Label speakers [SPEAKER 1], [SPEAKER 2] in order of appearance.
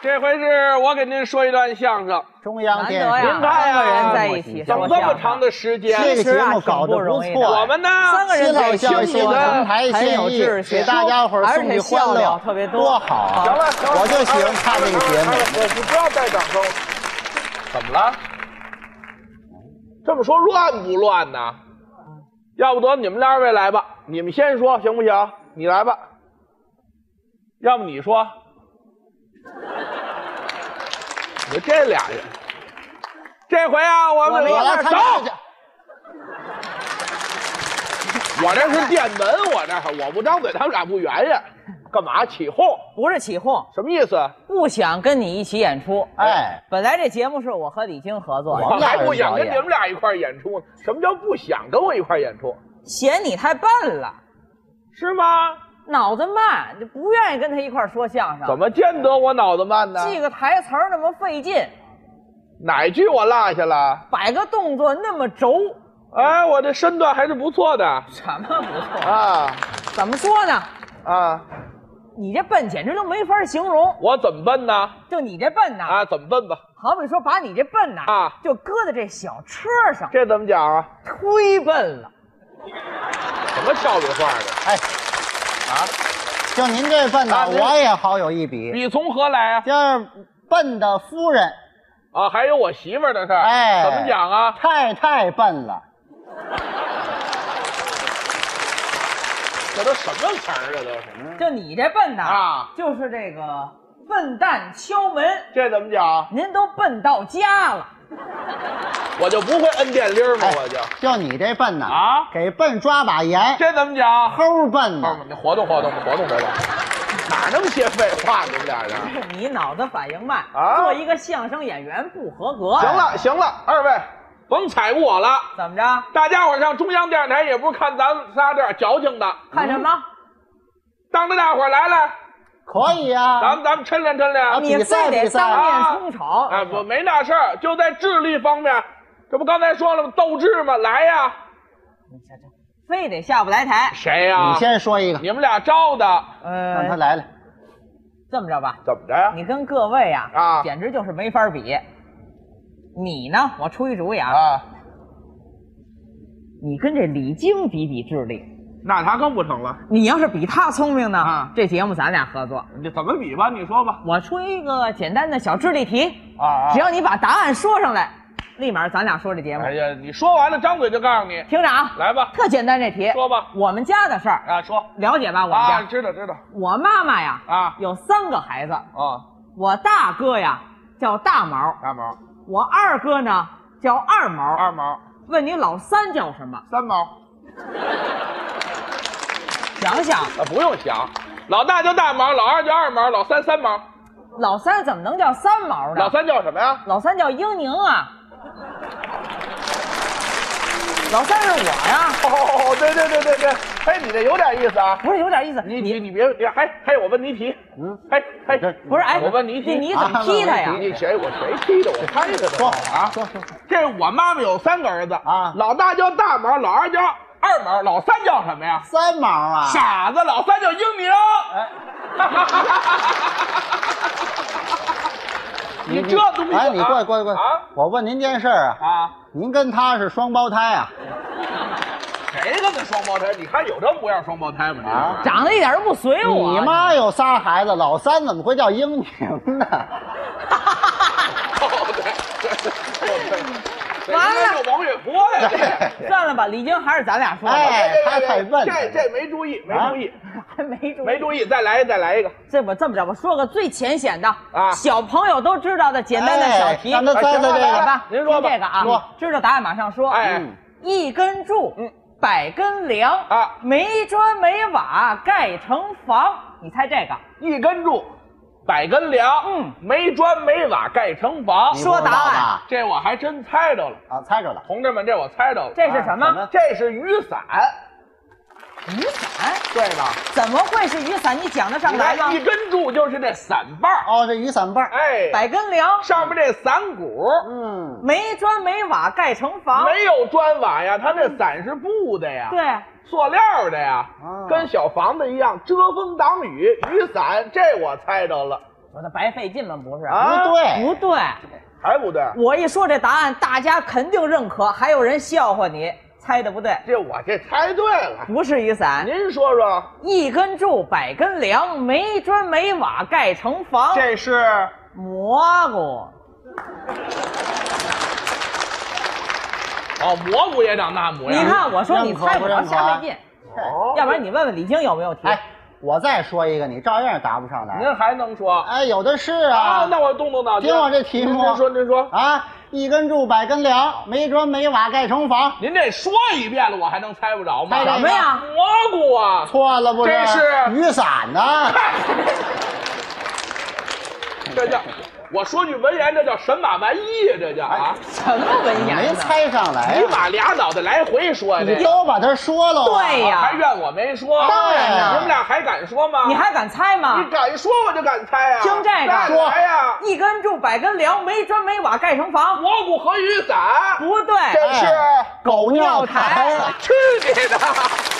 [SPEAKER 1] 这回是我给您说一段相声，
[SPEAKER 2] 中央
[SPEAKER 3] 难
[SPEAKER 2] 电视
[SPEAKER 3] 得呀，
[SPEAKER 1] 您看
[SPEAKER 3] 三
[SPEAKER 1] 呀
[SPEAKER 3] 个人在一起，
[SPEAKER 1] 怎么这么长
[SPEAKER 3] 的？
[SPEAKER 1] 的时间？
[SPEAKER 2] 这个节目搞得
[SPEAKER 3] 其实啊挺不
[SPEAKER 2] 不
[SPEAKER 3] 容易的
[SPEAKER 2] 错，
[SPEAKER 1] 我们呢，
[SPEAKER 3] 三个人
[SPEAKER 2] 新
[SPEAKER 3] 在
[SPEAKER 2] 老
[SPEAKER 3] 一起，
[SPEAKER 2] 消息，我
[SPEAKER 1] 的
[SPEAKER 2] 们台
[SPEAKER 3] 很有
[SPEAKER 2] 献艺
[SPEAKER 3] 志，气，
[SPEAKER 2] 给大家伙儿
[SPEAKER 3] 而
[SPEAKER 2] 送去欢
[SPEAKER 3] 且笑
[SPEAKER 2] 乐
[SPEAKER 3] 料，特别多，
[SPEAKER 2] 多好啊！
[SPEAKER 3] 好
[SPEAKER 1] 行了，行了，
[SPEAKER 2] 我就喜欢看这个节目
[SPEAKER 1] 哎哎哎你不要再掌声了。怎么了？这么说乱不乱呢？要不得你们二位来吧，你们先说行不行？你来吧。要不你 说？你这俩人，这回啊，我们
[SPEAKER 3] 我们
[SPEAKER 2] 我
[SPEAKER 3] 要
[SPEAKER 1] 走
[SPEAKER 2] 来参加这。
[SPEAKER 1] 我这是电门，我这我不张嘴，他们俩不圆圆，干嘛起哄？
[SPEAKER 3] 不是起哄，
[SPEAKER 1] 什么意思？
[SPEAKER 3] 不想跟你一起演出。
[SPEAKER 2] 哎，
[SPEAKER 3] 本来这节目是我和李菁合作
[SPEAKER 1] 我
[SPEAKER 3] 的，
[SPEAKER 1] 还不想跟你们俩一块儿演出呢。什么叫不想跟我一块儿演出？
[SPEAKER 3] 嫌你太笨了，
[SPEAKER 1] 是吗？
[SPEAKER 3] 脑子慢，就不愿意跟他一块儿说相声。
[SPEAKER 1] 怎么见得我脑子慢呢？
[SPEAKER 3] 记个台词儿那么费劲，
[SPEAKER 1] 哪句我落下了？
[SPEAKER 3] 摆个动作那么轴，
[SPEAKER 1] 哎，我这身段还是不错的
[SPEAKER 3] 什么不错？
[SPEAKER 1] 啊
[SPEAKER 3] 怎么说呢？
[SPEAKER 1] 啊！
[SPEAKER 3] 你这笨简直都没法形容，
[SPEAKER 1] 我怎么笨呢？
[SPEAKER 3] 就你这笨呐，
[SPEAKER 1] 啊，怎么笨吧？
[SPEAKER 3] 好比说把你这笨呐
[SPEAKER 1] 啊
[SPEAKER 3] 就搁在这小车上，
[SPEAKER 1] 这怎么讲啊？
[SPEAKER 3] 忒笨了。
[SPEAKER 1] 什么俏皮话的
[SPEAKER 2] 哎，
[SPEAKER 1] 啊？
[SPEAKER 2] 就您这份
[SPEAKER 1] 啊
[SPEAKER 2] 呢，
[SPEAKER 1] 您
[SPEAKER 2] 我也好有一比。
[SPEAKER 1] 你从何来啊？
[SPEAKER 2] 就是笨的夫人，
[SPEAKER 1] 啊，还有我媳妇儿的事儿，
[SPEAKER 2] 哎
[SPEAKER 1] 怎么讲啊？
[SPEAKER 2] 太太笨了。
[SPEAKER 1] 这都什么词儿？这都是？
[SPEAKER 3] 就你这笨呐
[SPEAKER 1] 嗯啊
[SPEAKER 3] 就是这个笨蛋敲门，
[SPEAKER 1] 这怎么讲？
[SPEAKER 3] 您都笨到家了。
[SPEAKER 1] 我就不会摁电铃儿吗？我就
[SPEAKER 2] 就你这笨呐，
[SPEAKER 1] 啊
[SPEAKER 2] 给笨抓把盐，
[SPEAKER 1] 这怎么讲？
[SPEAKER 2] 齁笨
[SPEAKER 1] 胖
[SPEAKER 2] 呐
[SPEAKER 1] 子，，你活动活动，活动活动，哪那么些废话？你们俩人。
[SPEAKER 3] 你脑子反应慢，
[SPEAKER 1] 啊
[SPEAKER 3] 做一个相声演员不合格。
[SPEAKER 1] 行，了行了，二位甭踩过我了。
[SPEAKER 3] 怎么着？
[SPEAKER 1] 大家伙儿上中央电视台也不是看咱们仨这儿矫情的，嗯
[SPEAKER 3] 看什么？啊
[SPEAKER 1] 当着大伙儿来来，
[SPEAKER 2] 可以
[SPEAKER 1] 咱
[SPEAKER 2] 啊。
[SPEAKER 1] 们咱们抻练抻
[SPEAKER 2] 啊
[SPEAKER 1] 练。
[SPEAKER 3] 你
[SPEAKER 2] 比
[SPEAKER 3] 非
[SPEAKER 2] 赛
[SPEAKER 3] 得
[SPEAKER 2] 比赛
[SPEAKER 3] 当面
[SPEAKER 1] 啊
[SPEAKER 3] 冲吵。
[SPEAKER 1] 哎，我没那事儿，就在智力方面，这不刚才说了吗？斗智吗？来呀，
[SPEAKER 3] 你瞧瞧，非得下不来台。
[SPEAKER 1] 谁呀
[SPEAKER 3] 啊
[SPEAKER 2] 你？先说一个，
[SPEAKER 1] 你们俩招的
[SPEAKER 2] 让他
[SPEAKER 3] 呃，
[SPEAKER 2] 来来。
[SPEAKER 3] 这么着吧，
[SPEAKER 1] 怎么着呀？
[SPEAKER 3] 你跟各位啊，
[SPEAKER 1] 啊
[SPEAKER 3] 简直就是没法比。你呢，我出一主意啊，
[SPEAKER 1] 啊，
[SPEAKER 3] 你跟这李菁比比智力。
[SPEAKER 1] 那他更不成了。
[SPEAKER 3] 你要是比他聪明呢，
[SPEAKER 1] 啊
[SPEAKER 3] 这节目咱俩合作。
[SPEAKER 1] 你怎么比吧？你说吧。
[SPEAKER 3] 我出一个简单的小智力题，
[SPEAKER 1] 啊啊
[SPEAKER 3] 只要你把答案说上来，立马咱俩说这节目
[SPEAKER 1] 哎。呀，你说完了，张嘴就告诉你，
[SPEAKER 3] 听着啊，
[SPEAKER 1] 来吧
[SPEAKER 3] 特简单这题，
[SPEAKER 1] 说吧
[SPEAKER 3] 我们家的事儿
[SPEAKER 1] 啊，说
[SPEAKER 3] 了解吧？我们家，
[SPEAKER 1] 啊，知道知道
[SPEAKER 3] 我妈妈呀，
[SPEAKER 1] 啊
[SPEAKER 3] 有三个孩子，
[SPEAKER 1] 啊，
[SPEAKER 3] 我大哥呀叫大毛，
[SPEAKER 1] 大毛、
[SPEAKER 3] 我二哥呢叫二毛。
[SPEAKER 1] 二毛、
[SPEAKER 3] 问你老三叫什么？
[SPEAKER 1] 三毛。
[SPEAKER 3] 想想，
[SPEAKER 1] 啊，不用想，老大叫大毛，老二叫二毛，老三三毛，
[SPEAKER 3] 啊老三怎么能叫三毛呢？
[SPEAKER 1] 老三叫什么呀？
[SPEAKER 3] 老三叫英宁啊，老三是我呀，
[SPEAKER 1] 哦，对对对对对，哎，你这有点意思啊。
[SPEAKER 3] 不是有点意思？
[SPEAKER 1] 你你你别，你还还有我问你题，
[SPEAKER 2] 嗯，
[SPEAKER 1] 哎哎，
[SPEAKER 2] 这
[SPEAKER 3] 不是哎，
[SPEAKER 1] 我问你啊题，
[SPEAKER 3] 你你怎么踢他呀？
[SPEAKER 1] 你你谁我谁踢的？我猜他的
[SPEAKER 2] 说
[SPEAKER 1] 啊。
[SPEAKER 2] 说说，
[SPEAKER 1] 这我妈妈有三个儿子
[SPEAKER 2] 啊
[SPEAKER 1] 老大叫大毛，老二叫二毛，老三叫什么呀？
[SPEAKER 2] 三毛啊，
[SPEAKER 1] 傻子，老三叫英明。
[SPEAKER 2] 哎，
[SPEAKER 1] 你这东西，
[SPEAKER 2] 哎，你过来过来过来
[SPEAKER 1] 啊，
[SPEAKER 2] 我问您件事儿啊，
[SPEAKER 1] 啊！
[SPEAKER 2] 您跟他是双胞胎啊？
[SPEAKER 1] 谁跟那双胞胎？你看有这模样双胞胎吗？
[SPEAKER 2] 啊，
[SPEAKER 3] 长得一点都不随我。
[SPEAKER 2] 你妈有仨孩子，老三怎么会叫英宁呢？
[SPEAKER 1] 哎这 哦对，
[SPEAKER 3] 完了
[SPEAKER 1] 这王月波呀！
[SPEAKER 3] 算了吧，李菁还是咱俩说 吧，
[SPEAKER 2] 哎
[SPEAKER 1] 这
[SPEAKER 2] 他太笨了啊
[SPEAKER 1] 这这没注意，没注意，
[SPEAKER 3] 还没注意。
[SPEAKER 1] 没注意，再来一个，再来一个。
[SPEAKER 3] 这我这么着，我说个最浅显的
[SPEAKER 1] 啊
[SPEAKER 3] 小朋友都知道的简单的小题，啊
[SPEAKER 2] 哎让他
[SPEAKER 1] 猜猜这个
[SPEAKER 3] 来吧，
[SPEAKER 1] 您说吧
[SPEAKER 3] 听这个啊，
[SPEAKER 2] 说
[SPEAKER 3] 知道答案马上说。
[SPEAKER 1] 哎，
[SPEAKER 2] 嗯
[SPEAKER 3] 一根柱，
[SPEAKER 1] 嗯
[SPEAKER 3] 百根梁
[SPEAKER 1] 啊
[SPEAKER 3] 没砖没瓦盖成房，你猜这个？
[SPEAKER 1] 一根柱，百根梁，
[SPEAKER 3] 嗯
[SPEAKER 1] 没砖没瓦盖成房。
[SPEAKER 2] 你啊
[SPEAKER 3] 说
[SPEAKER 2] 不知道
[SPEAKER 3] 答案
[SPEAKER 2] 吧
[SPEAKER 1] 这我还真猜着了，
[SPEAKER 2] 啊，猜着了，
[SPEAKER 1] 同志们，这我猜着了。
[SPEAKER 3] 这是什么？
[SPEAKER 2] 啊什么
[SPEAKER 1] 这是雨伞，
[SPEAKER 3] 雨伞？
[SPEAKER 1] 对吧？
[SPEAKER 3] 怎么会是雨伞？你讲得上
[SPEAKER 1] 你
[SPEAKER 3] 来吗
[SPEAKER 1] 看？一根柱就是这伞把儿，
[SPEAKER 2] 哦，这雨伞把儿，
[SPEAKER 1] 哎，
[SPEAKER 3] 百根梁，
[SPEAKER 1] 上面这伞骨，
[SPEAKER 2] 嗯，
[SPEAKER 3] 没砖没瓦盖成房。
[SPEAKER 1] 没有砖瓦呀，它这伞是布的呀，，
[SPEAKER 3] 嗯对，
[SPEAKER 1] 塑料的呀，
[SPEAKER 2] 啊
[SPEAKER 1] 跟小房子一样遮风挡雨。雨伞这我猜着了，
[SPEAKER 3] 说的白费劲吗？不是，
[SPEAKER 1] 啊
[SPEAKER 2] 嗯不对，
[SPEAKER 3] 不对，
[SPEAKER 1] 还不对？
[SPEAKER 3] 我一说这答案，大家肯定认可，还有人笑话你猜的不对，
[SPEAKER 1] 这我这猜对了。
[SPEAKER 3] 不是雨伞，
[SPEAKER 1] 您说说，
[SPEAKER 3] 一根柱，百根梁，没砖没瓦盖成房，
[SPEAKER 1] 这是
[SPEAKER 3] 蘑菇。
[SPEAKER 1] 哦，蘑菇也长那模
[SPEAKER 3] 你
[SPEAKER 1] 样。
[SPEAKER 3] 看，我说你
[SPEAKER 2] 认可
[SPEAKER 3] 猜不
[SPEAKER 2] 不
[SPEAKER 3] 着，
[SPEAKER 2] 认可
[SPEAKER 3] 瞎费劲。
[SPEAKER 1] 哦，
[SPEAKER 3] 要不然你问问李菁有没有题？
[SPEAKER 2] 哎，我再说一个，你照样答不上来。
[SPEAKER 1] 您还能说
[SPEAKER 2] 哎，有的是
[SPEAKER 1] 嗯啊？
[SPEAKER 2] 啊。
[SPEAKER 1] 那我动动脑筋。
[SPEAKER 2] 听我这题目
[SPEAKER 1] 您您说，您说，
[SPEAKER 2] 啊，一根柱，百根梁，没砖没瓦盖成房，
[SPEAKER 1] 您这说一遍了，我还能猜不着吗？
[SPEAKER 2] 猜
[SPEAKER 3] 什么呀？
[SPEAKER 1] 蘑菇 啊！
[SPEAKER 2] 错了不是？
[SPEAKER 1] 这是哎
[SPEAKER 2] 雨伞呢？
[SPEAKER 1] 这叫，我说句文言，这叫神马玩意呀，这叫啊，
[SPEAKER 3] 什么文言
[SPEAKER 2] 没
[SPEAKER 3] 呢？
[SPEAKER 2] 猜上来
[SPEAKER 3] 哎
[SPEAKER 1] 尼
[SPEAKER 2] 呀、
[SPEAKER 1] 玛俩脑袋来回说这
[SPEAKER 2] 你
[SPEAKER 1] 个，
[SPEAKER 2] 都把它说了、啊。
[SPEAKER 3] 对
[SPEAKER 1] 还
[SPEAKER 3] 呀，
[SPEAKER 1] 怨我没说？
[SPEAKER 2] 当然了
[SPEAKER 1] 你们俩还敢说吗？
[SPEAKER 3] 你还敢猜吗
[SPEAKER 1] 你？敢说我就敢猜啊！
[SPEAKER 3] 听这个
[SPEAKER 1] 再
[SPEAKER 2] 说
[SPEAKER 1] 来呀！
[SPEAKER 3] 一根柱，百根梁，没砖没瓦盖成房，
[SPEAKER 1] 蘑菇和雨伞，
[SPEAKER 3] 不对，
[SPEAKER 1] 这是
[SPEAKER 2] 哎狗尿
[SPEAKER 3] 台
[SPEAKER 2] 苔。
[SPEAKER 1] 去你的！